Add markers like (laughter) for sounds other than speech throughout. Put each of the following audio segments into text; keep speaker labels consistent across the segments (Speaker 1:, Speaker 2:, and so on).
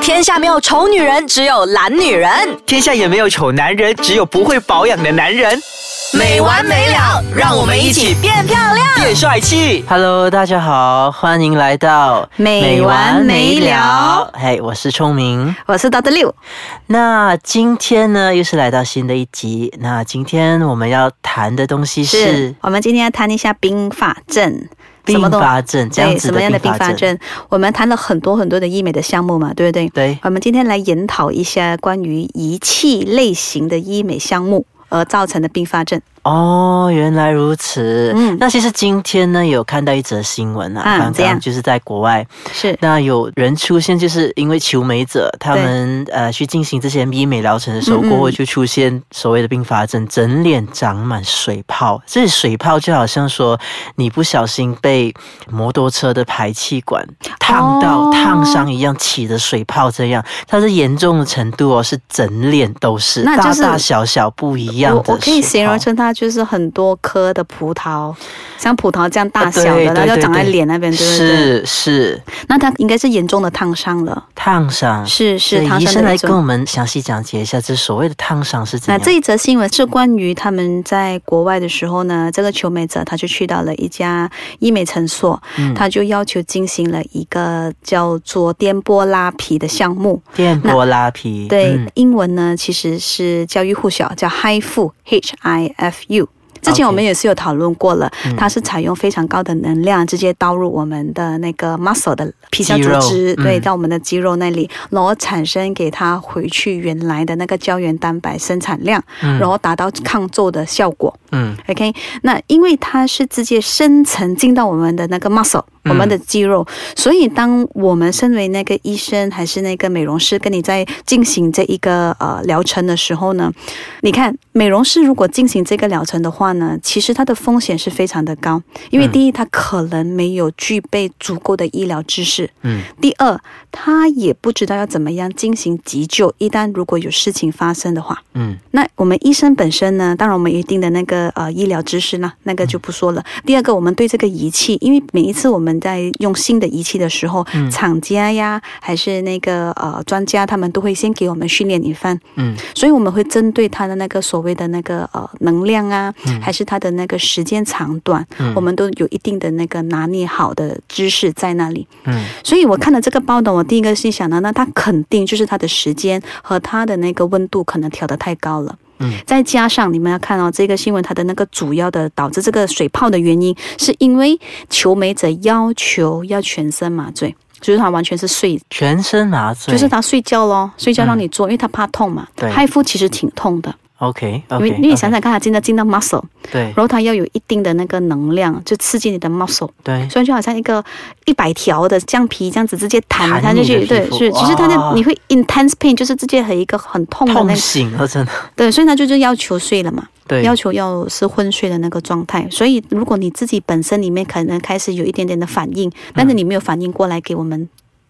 Speaker 1: 天下没有丑女人，只有懒女人。
Speaker 2: 天下也没有丑男人，只有不会保养的男人。
Speaker 1: 没完啊没了，让我们一起变漂亮。
Speaker 2: 变帅气。
Speaker 3: Hello，大家好，欢迎来到
Speaker 4: 没完没了。
Speaker 3: 嘿，我是聪明。
Speaker 4: 我是 d 的六，
Speaker 3: 那今天呢，又是来到新的一集。那今天我们要谈的东西是
Speaker 4: 我们今天要谈一下并发症。什么
Speaker 3: 并
Speaker 4: 都
Speaker 3: 发症，这样
Speaker 4: 对
Speaker 3: 子
Speaker 4: 什么样的
Speaker 3: 的并
Speaker 4: 并
Speaker 3: 发
Speaker 4: 发
Speaker 3: 症。
Speaker 4: 症？我们谈了很多很多的医美的项目嘛，对不对？
Speaker 3: 对
Speaker 4: 我们今天来研讨一下关于仪器类型的医美项目而造成的并发症。
Speaker 3: 哦，原来如此。
Speaker 4: 嗯
Speaker 3: 那其实今天呢，有看到一则新闻啊，
Speaker 4: 啊
Speaker 3: 刚
Speaker 4: 怎
Speaker 3: 刚
Speaker 4: 样
Speaker 3: 就是在国外，
Speaker 4: 是，
Speaker 3: 那有人出现，就是因为求美者他们呃去进行这些医美疗程的时候，
Speaker 4: 嗯嗯
Speaker 3: 过后就出现所谓的并发症，整脸长满水泡。这水泡就好像说你不小心被摩托车的排气管烫到、
Speaker 4: 哦
Speaker 3: 烫伤一样起的水泡这样，它是严重的程度哦，是整脸都是，
Speaker 4: 那就是
Speaker 3: 大大小小不一样的
Speaker 4: 我
Speaker 3: 水泡。
Speaker 4: 我可以形容成它就是很多颗的葡萄，像葡萄这样大小的，
Speaker 3: 啊对
Speaker 4: 然后
Speaker 3: 对
Speaker 4: 就长在
Speaker 3: 对
Speaker 4: 脸那边，对不对？
Speaker 3: 是是
Speaker 4: 那它应该是严重的烫伤了，
Speaker 3: 烫伤。
Speaker 4: 是
Speaker 3: 所
Speaker 4: 是
Speaker 3: 以
Speaker 4: 烫
Speaker 3: 医
Speaker 4: 伤
Speaker 3: 生
Speaker 4: 的
Speaker 3: 来
Speaker 4: 一种
Speaker 3: 跟我们详细讲解一下，这所谓的烫伤是怎
Speaker 4: 那
Speaker 3: 样的
Speaker 4: 这一则新闻是关于他们在国外的时候呢，这个求美者他就去到了一家医美诊所，
Speaker 3: 嗯
Speaker 4: 他就要求进行了一个叫做电波拉皮的项目。
Speaker 3: 电波拉皮，
Speaker 4: 对，
Speaker 3: 嗯
Speaker 4: 英文呢其实是家喻户晓，叫 HIFU H I F U。之前
Speaker 3: OK
Speaker 4: 我们也是有讨论过了
Speaker 3: 嗯
Speaker 4: 它是采用非常高的能量直接导入我们的那个 muscle 的皮下
Speaker 3: 肌
Speaker 4: 组
Speaker 3: 肉
Speaker 4: 织，
Speaker 3: 嗯
Speaker 4: 对，到我们的肌肉那里，然后产生给它回去原来的那个胶原蛋白生产量，
Speaker 3: 嗯
Speaker 4: 然后达到抗皱的效果。
Speaker 3: 嗯
Speaker 4: OK，那因为它是直接深层进到我们的那个 muscle，、我
Speaker 3: 嗯
Speaker 4: 们的肌肉，所以当我们身为那个医生还是那个美容师跟你在进行这一个呃疗程的时候呢，你看美容师如果进行这个疗程的话呢，其实它的风险是非常的高，因为
Speaker 3: 嗯
Speaker 4: 第一，他可能没有具备足够的医疗知识，
Speaker 3: 嗯，
Speaker 4: 第二，他也不知道要怎么样进行急救，一旦如果有事情发生的话，
Speaker 3: 嗯，
Speaker 4: 那我们医生本身呢，当然我们有一定的那个呃医疗知识呢，那个就不说了。
Speaker 3: 嗯
Speaker 4: 第二个，我们对这个仪器，因为每一次我们在用新的仪器的时候，
Speaker 3: 嗯
Speaker 4: 厂家呀还是那个呃专家，他们都会先给我们训练一番，
Speaker 3: 嗯，
Speaker 4: 所以我们会针对它的那个所谓的那个呃能量啊，
Speaker 3: 嗯
Speaker 4: 还是它的那个时间长短，我们都有一定的那个拿捏好的知识在那里。
Speaker 3: 嗯，
Speaker 4: 所以我看了这个报道，我第一个是想到，那它肯定就是它的时间和它的那个温度可能调得太高了。
Speaker 3: 嗯，
Speaker 4: 再加上你们要看哦，这个新闻它的那个主要的导致这个水泡的原因，是因为求美者要求要全身麻醉，就是他完全是睡
Speaker 3: 全身麻醉，
Speaker 4: 就是他睡觉咯，睡觉让你做，因为他怕痛嘛。
Speaker 3: 嗯对
Speaker 4: 嗨腹其实挺痛的，
Speaker 3: OK
Speaker 4: 因
Speaker 3: OK，
Speaker 4: 为因为你想想看，他进到进到 muscle，
Speaker 3: 对
Speaker 4: 然后他要有一定的那个能量，就刺激你的 muscle，
Speaker 3: 对，
Speaker 4: 所以就好像一个一百条的橡皮这样子直接弹
Speaker 3: 弹
Speaker 4: 弹
Speaker 3: 你
Speaker 4: 进
Speaker 3: 的
Speaker 4: 去，对
Speaker 3: 皮，肤
Speaker 4: 是，其实他
Speaker 3: 哇
Speaker 4: 的你会 intense pain，就是直接和一个很痛的那
Speaker 3: 痛
Speaker 4: 个，
Speaker 3: 醒了真的，
Speaker 4: 对，所以他就是要求睡了嘛。
Speaker 3: 对，
Speaker 4: 要求要是昏睡的那个状态。所以，如果你自己本身里面可能开始有一点点的反应，但是你没有反应过来给我们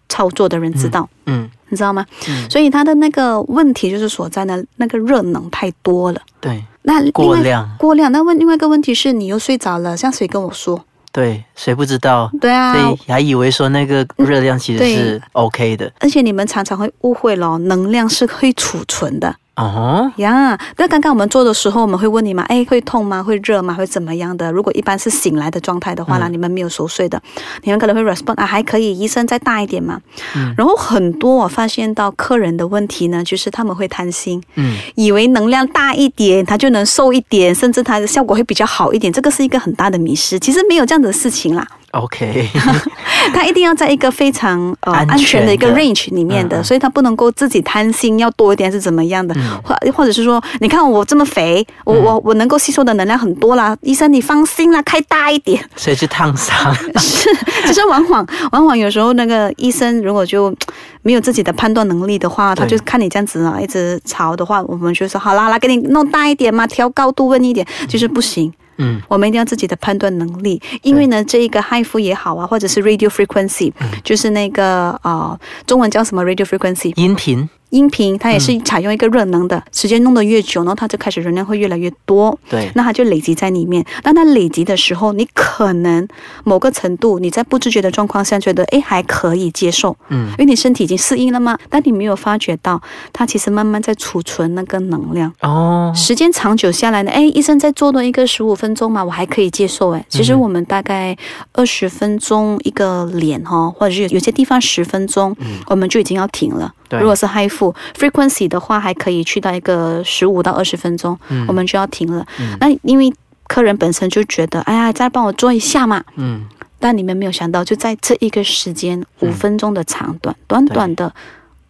Speaker 4: 操作的人知道，
Speaker 3: 嗯，
Speaker 4: 你知道吗？
Speaker 3: 嗯
Speaker 4: 所以他的那个问题就是所在呢，那个热能太多了。
Speaker 3: 对
Speaker 4: 那另外
Speaker 3: 过量，
Speaker 4: 过量。那问另外一个问题是你又睡着了，像谁跟我说？
Speaker 3: 对，谁不知道？
Speaker 4: 对啊。嗯
Speaker 3: 所以还以为说那个热量其实
Speaker 4: 对
Speaker 3: 是 OK 的
Speaker 4: 而且你们常常会误会咯，能量是可以储存的
Speaker 3: 哦，
Speaker 4: 呀。那刚刚我们做的时候，我们会问你嘛，哎，会痛吗？会热吗？会怎么样的？如果一般是醒来的状态的话啦，
Speaker 3: 嗯
Speaker 4: 你们没有熟睡的，你们可能会 respond 啊，还可以，医生再大一点嘛。
Speaker 3: 嗯
Speaker 4: 然后很多我发现到客人的问题呢，就是他们会贪心，
Speaker 3: 嗯
Speaker 4: 以为能量大一点，它就能瘦一点，甚至它的效果会比较好一点，这个是一个很大的迷失。其实没有这样的事情啦， (laughs)
Speaker 3: ，OK， (laughs)
Speaker 4: 它一定要在一个非常呃
Speaker 3: 安全的
Speaker 4: 安全的一个 range 里面的，
Speaker 3: 嗯嗯嗯
Speaker 4: 所以它不能够自己贪心要多一点还是怎么样的，或、或者是说，你看我这么肥，我、我我能够吸收的能量很多啦，医生你放心啦，开大一点。
Speaker 3: 所以就烫伤，
Speaker 4: 是， (laughs) 就是往往往往有时候那个医生如果就没有自己的判断能力的话，他
Speaker 3: 对
Speaker 4: 就看你这样子啊，一直吵的话，我们就说好啦，来给你弄大一点嘛，调高度问一点，就是不行。
Speaker 3: 嗯，
Speaker 4: 我们一定要自己的判断能力，因为呢，这一个嗨夫也好啊，
Speaker 3: 嗯
Speaker 4: 或者是 radio frequency，、就是那个呃，中文叫什么 radio frequency？
Speaker 3: 音频
Speaker 4: 音频，它也是
Speaker 3: 嗯
Speaker 4: 采用一个热能的，时间弄得越久呢，它就开始容量会越来越多。
Speaker 3: 对
Speaker 4: 那它就累积在里面。当它累积的时候，你可能某个程度你在不自觉的状况下觉得，哎，还可以接受，
Speaker 3: 嗯
Speaker 4: 因为你身体已经适应了嘛。但你没有发觉到，它其实慢慢在储存那个能量。
Speaker 3: 哦，
Speaker 4: 时间长久下来呢，哎，医生再做多一个十五分钟嘛，我还可以接受。哎，其实
Speaker 3: 嗯
Speaker 4: 我们大概二十分钟一个脸哈，或者是有有些地方十分钟，我们就已经要停了。
Speaker 3: 嗯对
Speaker 4: 如果是 high f frequency 的话，还可以去到一个十五到二十分钟，
Speaker 3: 嗯
Speaker 4: 我们就要停了。那因为客人本身就觉得，哎呀，再帮我做一下嘛，
Speaker 3: 嗯，
Speaker 4: 但你们没有想到，就在这一个时间五分钟的长短，短短的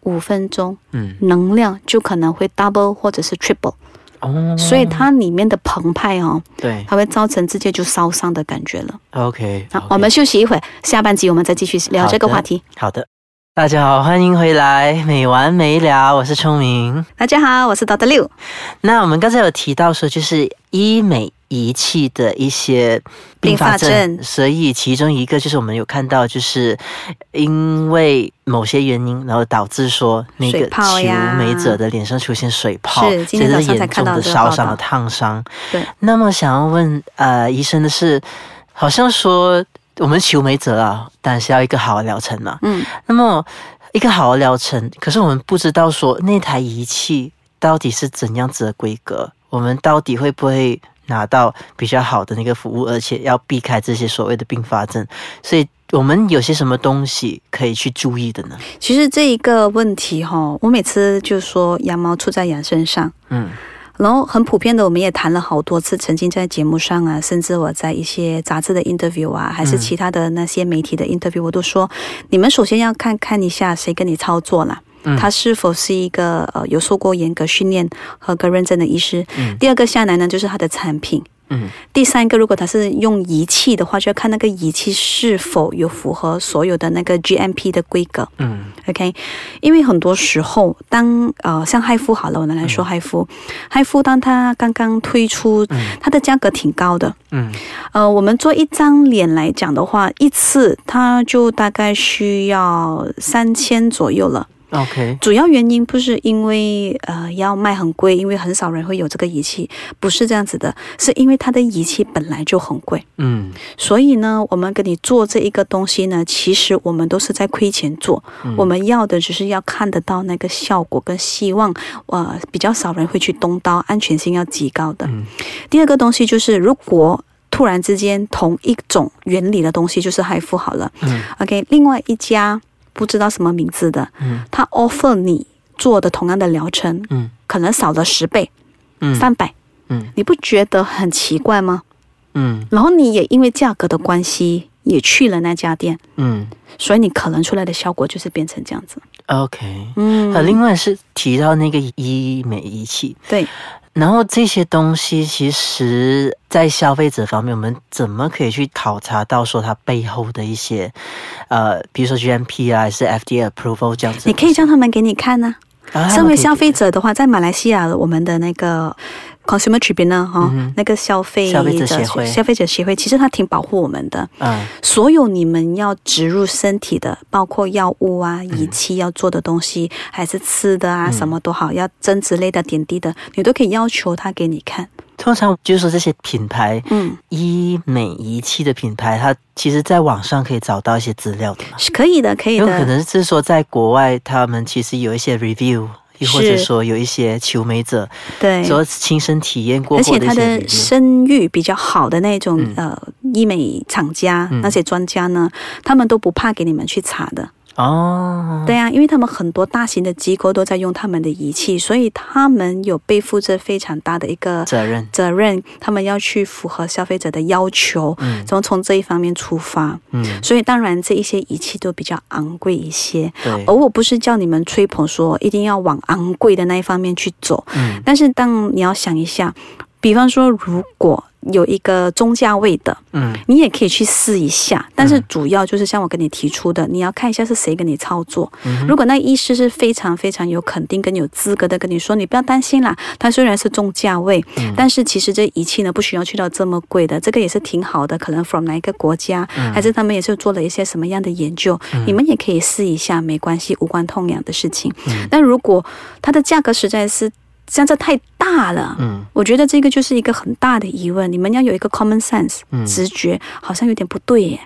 Speaker 4: 五分钟，
Speaker 3: 嗯，
Speaker 4: 能量就可能会 double 或者是 triple。
Speaker 3: 哦，
Speaker 4: 所以它里面的澎湃哦，
Speaker 3: 对
Speaker 4: 它会造成直接就烧伤的感觉了。
Speaker 3: ，OK，
Speaker 4: 好，我们休息一会儿，下半集我们再继续聊这个话题。
Speaker 3: 好的。大家好，欢迎回来，没完没了，我是聪明。
Speaker 4: 大家好，我是 d 德六。
Speaker 3: 那我们刚才有提到说，就是医美仪器的一些并发症，
Speaker 4: 并发症
Speaker 3: 所以其中一个就是我们有看到，就是因为某些原因，然后导致说那个
Speaker 4: 水泡
Speaker 3: 求
Speaker 4: 呀
Speaker 3: 美者的脸上出现水泡，
Speaker 4: 是今
Speaker 3: 这是
Speaker 4: 天早上才
Speaker 3: 严
Speaker 4: 看
Speaker 3: 重
Speaker 4: 到
Speaker 3: 的
Speaker 4: 这个
Speaker 3: 烧
Speaker 4: 报
Speaker 3: 伤
Speaker 4: 道
Speaker 3: 和烫伤。
Speaker 4: 对，
Speaker 3: 那么想要问呃医生的是，好像说我们求美者啊，当然是要一个好的疗程嘛，
Speaker 4: 嗯，
Speaker 3: 那么一个好的疗程，可是我们不知道说那台仪器到底是怎样子的规格，我们到底会不会拿到比较好的那个服务，而且要避开这些所谓的并发症，所以我们有些什么东西可以去注意的呢？
Speaker 4: 其实这一个问题哈、哦，我每次就说羊毛出在羊身上。
Speaker 3: 嗯，
Speaker 4: 然后很普遍的，我们也谈了好多次，曾经在节目上啊，甚至我在一些杂志的 interview 啊，还
Speaker 3: 嗯
Speaker 4: 是其他的那些媒体的 interview，、我都说，你们首先要看看一下谁跟你操作啦。
Speaker 3: 嗯
Speaker 4: 他是否是一个呃有受过严格训练和个认证的医师？第二个下来呢，就是他的产品。
Speaker 3: 嗯，
Speaker 4: 第三个，如果他是用仪器的话，就要看那个仪器是否有符合所有的那个 GMP 的规格。
Speaker 3: 嗯
Speaker 4: ，OK，因为很多时候，当呃像嗨夫好了，我们来说嗨夫，嗨夫当它刚刚推出，它的价格挺高的。
Speaker 3: 嗯，
Speaker 4: 呃，我们做一张脸来讲的话，一次它就大概需要三千左右了。
Speaker 3: ，OK，
Speaker 4: 主要原因不是因为呃要卖很贵，因为很少人会有这个仪器，不是这样子的，是因为它的仪器本来就很贵，
Speaker 3: 嗯
Speaker 4: 所以呢，我们给你做这一个东西呢，其实我们都是在亏钱做，
Speaker 3: 嗯
Speaker 4: 我们要的只是要看得到那个效果跟希望，呃，比较少人会去动刀，安全性要极高的。
Speaker 3: 嗯
Speaker 4: 第二个东西就是如果。突然之间，同一种原理的东西就是海夫好了。
Speaker 3: 嗯
Speaker 4: OK，另外一家不知道什么名字的，
Speaker 3: 嗯
Speaker 4: 他 offer 你做的同样的疗程，
Speaker 3: 嗯
Speaker 4: 可能少了十倍、
Speaker 3: 嗯
Speaker 4: 三百，
Speaker 3: 嗯
Speaker 4: 你不觉得很奇怪吗？
Speaker 3: 嗯
Speaker 4: 然后你也因为价格的关系也去了那家店，
Speaker 3: 嗯
Speaker 4: 所以你可能出来的效果就是变成这样子。
Speaker 3: ，OK。呃，
Speaker 4: 嗯，
Speaker 3: 另外是提到那个医美仪器，
Speaker 4: 对，
Speaker 3: 然后这些东西其实，在消费者方面，我们怎么可以去考察到说它背后的一些，呃，比如说 GMP 啊，还是 FDA approval 这样子？
Speaker 4: 你可以叫他们给你看呢、
Speaker 3: 啊
Speaker 4: 身为消费者的话，在马来西亚，我们的那个 Consumer Tribunal 哈、那个消费
Speaker 3: 嗯消费者协会
Speaker 4: 消费者协会，其实它挺保护我们的。
Speaker 3: 嗯
Speaker 4: 所有你们要植入身体的，包括药物啊、
Speaker 3: 嗯
Speaker 4: 仪器要做的东西，还是吃的啊，什么都好，要针之类的、点滴的，你都可以要求他给你看。
Speaker 3: 通常就是说这些品牌
Speaker 4: 嗯，
Speaker 3: 医美仪器的品牌，它其实在网上可以找到一些资料的嘛。
Speaker 4: 是可以的，可以
Speaker 3: 有可
Speaker 4: 的。
Speaker 3: 能是说在国外，他们其实有一些 review，又或者
Speaker 4: 是
Speaker 3: 说有一些求美者
Speaker 4: 对，
Speaker 3: 说亲身体验过
Speaker 4: 而
Speaker 3: 后
Speaker 4: 且
Speaker 3: 的一
Speaker 4: 它
Speaker 3: 些嗯
Speaker 4: 的
Speaker 3: review
Speaker 4: 声誉比较好的那种、呃医美厂家、
Speaker 3: 嗯
Speaker 4: 那些专家呢，他们都不怕给你们去查的。
Speaker 3: 嗯哦，
Speaker 4: 对啊，因为他们很多大型的机构都在用他们的仪器，所以他们有背负着非常大的一个
Speaker 3: 责任。
Speaker 4: 责任，他们要去符合消费者的要求，
Speaker 3: 嗯
Speaker 4: 从从这一方面出发。
Speaker 3: 嗯，
Speaker 4: 所以当然这一些仪器都比较昂贵一些，
Speaker 3: 对
Speaker 4: 而，我不是叫你们吹捧说一定要往昂贵的那一方面去走，
Speaker 3: 嗯
Speaker 4: 但是当你要想一下，比方说如果有一个中价位的，
Speaker 3: 嗯，
Speaker 4: 你也可以去试一下，但是主要就是像我跟你提出的，你要看一下是谁跟你操作。如果那医师是非常非常有肯定跟有资格的跟你说，你不要担心啦，它虽然是中价位，但是其实这仪器呢不需要去到这么贵的，这个也是挺好的，可能 from 哪一个国家，还是他们也是做了一些什么样的研究，你们也可以试一下，没关系，无关痛痒的事情。但如果它的价格实在是相差太大了，
Speaker 3: 嗯，
Speaker 4: 我觉得这个就是一个很大的疑问，你们要有一个 common sense，、直觉好像有点不对耶。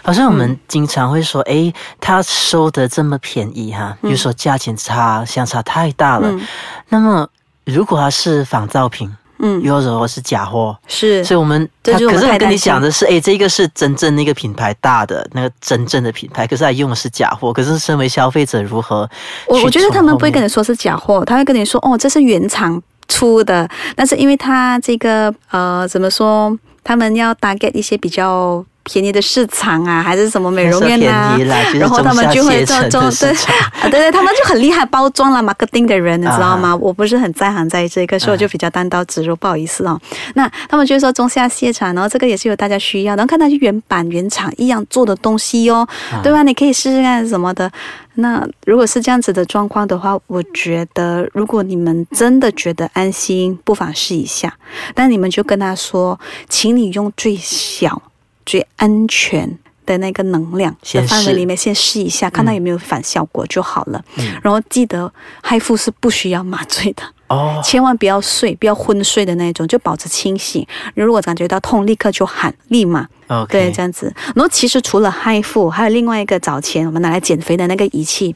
Speaker 3: 好像我
Speaker 4: 嗯
Speaker 3: 们经常会说，诶，他收的这么便宜哈、比如说价钱差相差太大了。
Speaker 4: 嗯
Speaker 3: 那么如果它是仿造品，
Speaker 4: 嗯，
Speaker 3: 又或者是假货，
Speaker 4: 是，
Speaker 3: 所以我们
Speaker 4: 这就
Speaker 3: 可
Speaker 4: 是我们
Speaker 3: 是我
Speaker 4: 太
Speaker 3: 跟
Speaker 4: 担
Speaker 3: 你
Speaker 4: 心
Speaker 3: 讲的是，诶，这个是真正那个品牌大的那个真正的品牌，可是他用的是假货。可是身为消费者如何
Speaker 4: 我我觉得他们不会跟
Speaker 3: 你
Speaker 4: 你说是假货，他会跟你说哦，这是原厂出的，但是因为他这个呃怎么说，他们要 target 一些比较便宜的市场啊，还是什么美容
Speaker 3: 便
Speaker 4: 院啊
Speaker 3: 宜。
Speaker 4: (laughs)
Speaker 3: 啦，就是
Speaker 4: 然后他
Speaker 3: 中
Speaker 4: 们
Speaker 3: 下
Speaker 4: 就会
Speaker 3: 阶
Speaker 4: 做
Speaker 3: 层
Speaker 4: 中
Speaker 3: 的
Speaker 4: 对
Speaker 3: 市场。
Speaker 4: (laughs) 啊，对对，他们就很厉害包装了 marketing 的人，你知道
Speaker 3: 啊
Speaker 4: 吗？我不是很在行在这个，所以我就比较单刀直入，不好意思哦。那他们就会说中下卸产，然后这个也是有大家需要，然后看到是原版原厂一样做的东西哦，对吧？你可以试试看什么的。那如果是这样子的状况的话，我觉得如果你们真的觉得安心，不妨试一下。但你们就跟他说，请你用最小、最安全。的那个能量的
Speaker 3: 先
Speaker 4: 范围
Speaker 3: 试嗯
Speaker 4: 里面，先试一下，看它有没有反效果就好了。然后记得，嗨腹是不需要麻醉的，
Speaker 3: (laughs) 哦，
Speaker 4: 千万不要睡，不要昏睡的那种，就保持清醒。如果感觉到痛，立刻就喊，立马
Speaker 3: o
Speaker 4: 对
Speaker 3: k
Speaker 4: 这样子。然后其实除了嗨腹，还有另外一个早前我们拿来减肥的那个仪器，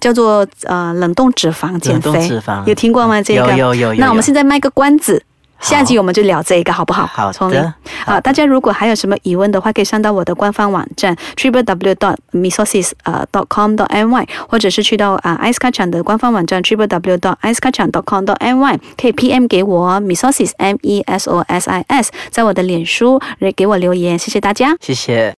Speaker 4: 叫做呃冷冻脂肪减
Speaker 3: 冷冻
Speaker 4: 肥，
Speaker 3: 脂肪
Speaker 4: 有听过吗？这个
Speaker 3: 有有有有
Speaker 4: 那我们现在卖个关子。
Speaker 3: 好
Speaker 4: 下集我们就聊这一个好不好？
Speaker 3: 好的
Speaker 4: 聪明
Speaker 3: 好的
Speaker 4: 好，大家如果还有什么疑问的话，可以上到我的官方网站 triple w dot misosis 呃 dot com dot my，或者是去到啊、呃、ice c a c h a n 的官方网站 triple w dot ice c a c h a n dot com dot my，可以 PM 给我 misosis m e s o s i s，在我的脸书给我留言，谢谢大家。
Speaker 3: 谢谢。